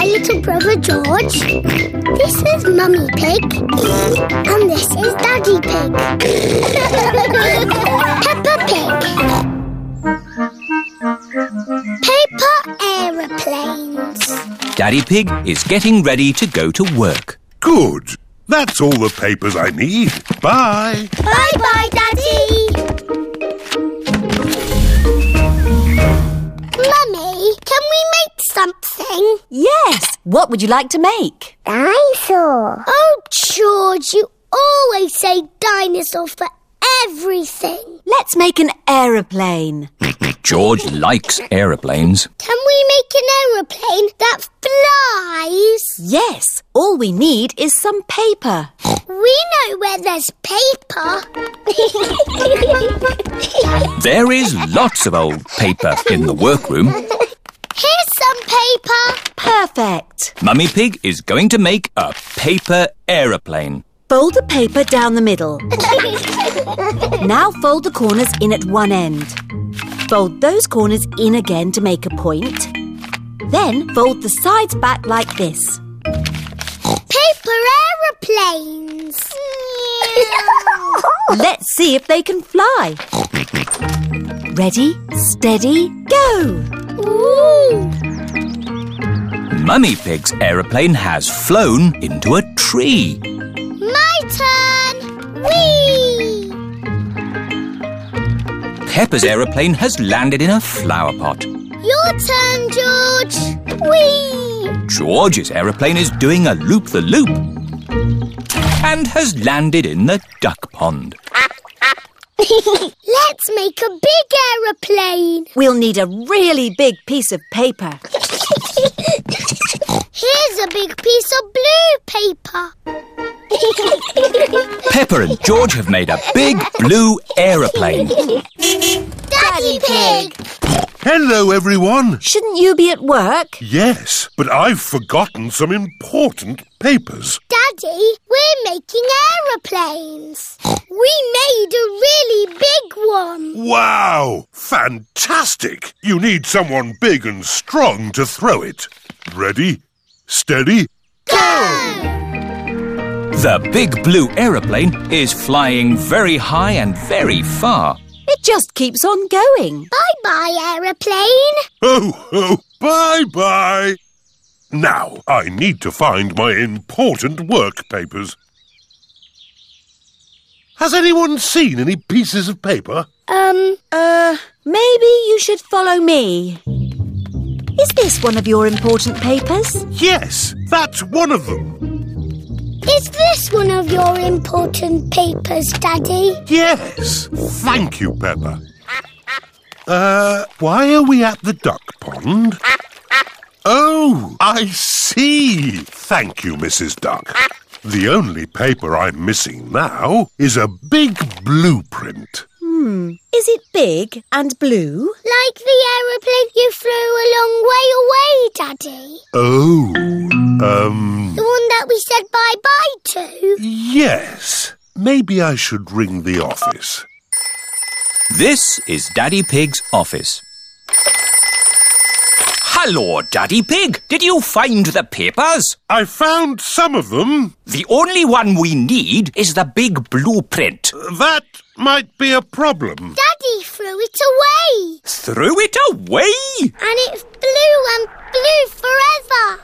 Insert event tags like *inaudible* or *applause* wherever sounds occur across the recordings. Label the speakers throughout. Speaker 1: Brother George. This is Mummy Pig. And this is Daddy Pig. *laughs* Peppa Pig. Paper aeroplanes.
Speaker 2: Daddy Pig is getting ready to go to work.
Speaker 3: Good. That's all the papers I need. Bye.
Speaker 1: Bye bye, Daddy. Mummy, can we make something?
Speaker 4: Yes, what would you like to make?
Speaker 1: Dinosaur. Oh, George, you always say dinosaur for everything.
Speaker 4: Let's make an aeroplane.
Speaker 2: George likes aeroplanes.
Speaker 1: Can we make an aeroplane that flies?
Speaker 4: Yes, all we need is some paper.
Speaker 1: We know where there's paper. *laughs*
Speaker 2: There is lots of old paper in the workroom.
Speaker 1: Here's some paper.
Speaker 4: Perfect.
Speaker 2: Mummy Pig is going to make a paper aeroplane.
Speaker 4: Fold the paper down the middle. Now fold the corners in at one end. Fold those corners in again to make a point. Then fold the sides back like this.
Speaker 1: paper aeroplanes.
Speaker 4: Let's see if they can fly. Ready, steady, go!
Speaker 1: Ooh.
Speaker 2: Mummy Pig's aeroplane has flown into a tree.
Speaker 1: My turn! Whee!
Speaker 2: Peppa's aeroplane has landed in a flower pot.
Speaker 1: Your turn, George! Whee!
Speaker 2: George's aeroplane is doing a loop the loop and has landed in the duck pond.
Speaker 1: *laughs* Let's make a big *laughs* aeroplane!
Speaker 4: We'll need a really big piece of paper.
Speaker 1: Here's a big piece of blue *laughs* paper.
Speaker 2: Peppa and George have made a big blue aeroplane.
Speaker 1: Daddy Pig!
Speaker 3: Hello, everyone.
Speaker 4: Shouldn't you be at work?
Speaker 3: Yes, but I've forgotten some important papers.
Speaker 1: Daddy, we're making aeroplanes. We made a really big one.
Speaker 3: Wow! Fantastic! You need someone big and strong to throw it. Ready? Steady?
Speaker 2: The big blue aeroplane is flying very high and very far.
Speaker 4: It just keeps on going.
Speaker 1: Bye bye, aeroplane.
Speaker 3: Ho, ho! Bye bye! Now, I need to find my important work papers. Has anyone seen any pieces of paper?
Speaker 1: Um,
Speaker 4: Uh, maybe you should follow me. Is this one of your important papers?
Speaker 3: Yes, that's one of them.
Speaker 1: is this one of your important papers, Daddy?
Speaker 3: Yes. Thank you, Pepper. Uh, why are we at the duck pond? Oh, I see. Thank you, Mrs. Duck. The only paper I'm missing now is a big blueprint.
Speaker 4: Is it big and blue?
Speaker 1: Like the aeroplane you flew a long way away, Daddy.
Speaker 3: Oh, um,
Speaker 1: The one that we said bye bye to.
Speaker 3: yes. Maybe I should ring the office.
Speaker 2: This is Daddy Pig's office. Hello, Daddy Pig. Did you find the papers?
Speaker 3: I found some of them.
Speaker 2: The only one we need is the big blueprint.
Speaker 3: That might be a problem.
Speaker 1: Daddy threw it away.
Speaker 2: Threw it away!
Speaker 1: And it flew and flew forever.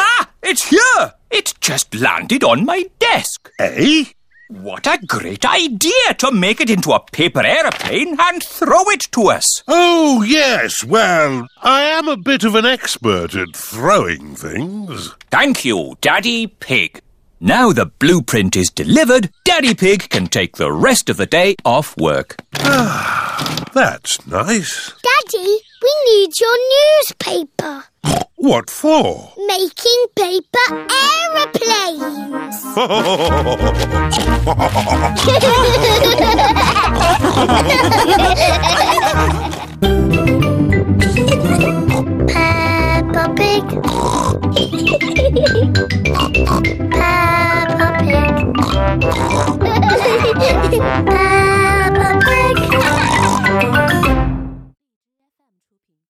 Speaker 2: Ah! It's here! It just landed on my desk.
Speaker 3: Eh?
Speaker 2: What a great idea to make it into a paper aeroplane and throw it to us.
Speaker 3: Oh, yes. Well, I am a bit of an expert at throwing things.
Speaker 2: Thank you, Daddy Pig. Now the blueprint is delivered, Daddy Pig can take the rest of the day off work.
Speaker 3: That's nice.
Speaker 1: Daddy, we need your newspaper.
Speaker 3: What for?
Speaker 1: Making paper *laughs* aeroplanes. *laughs* *laughs* *laughs*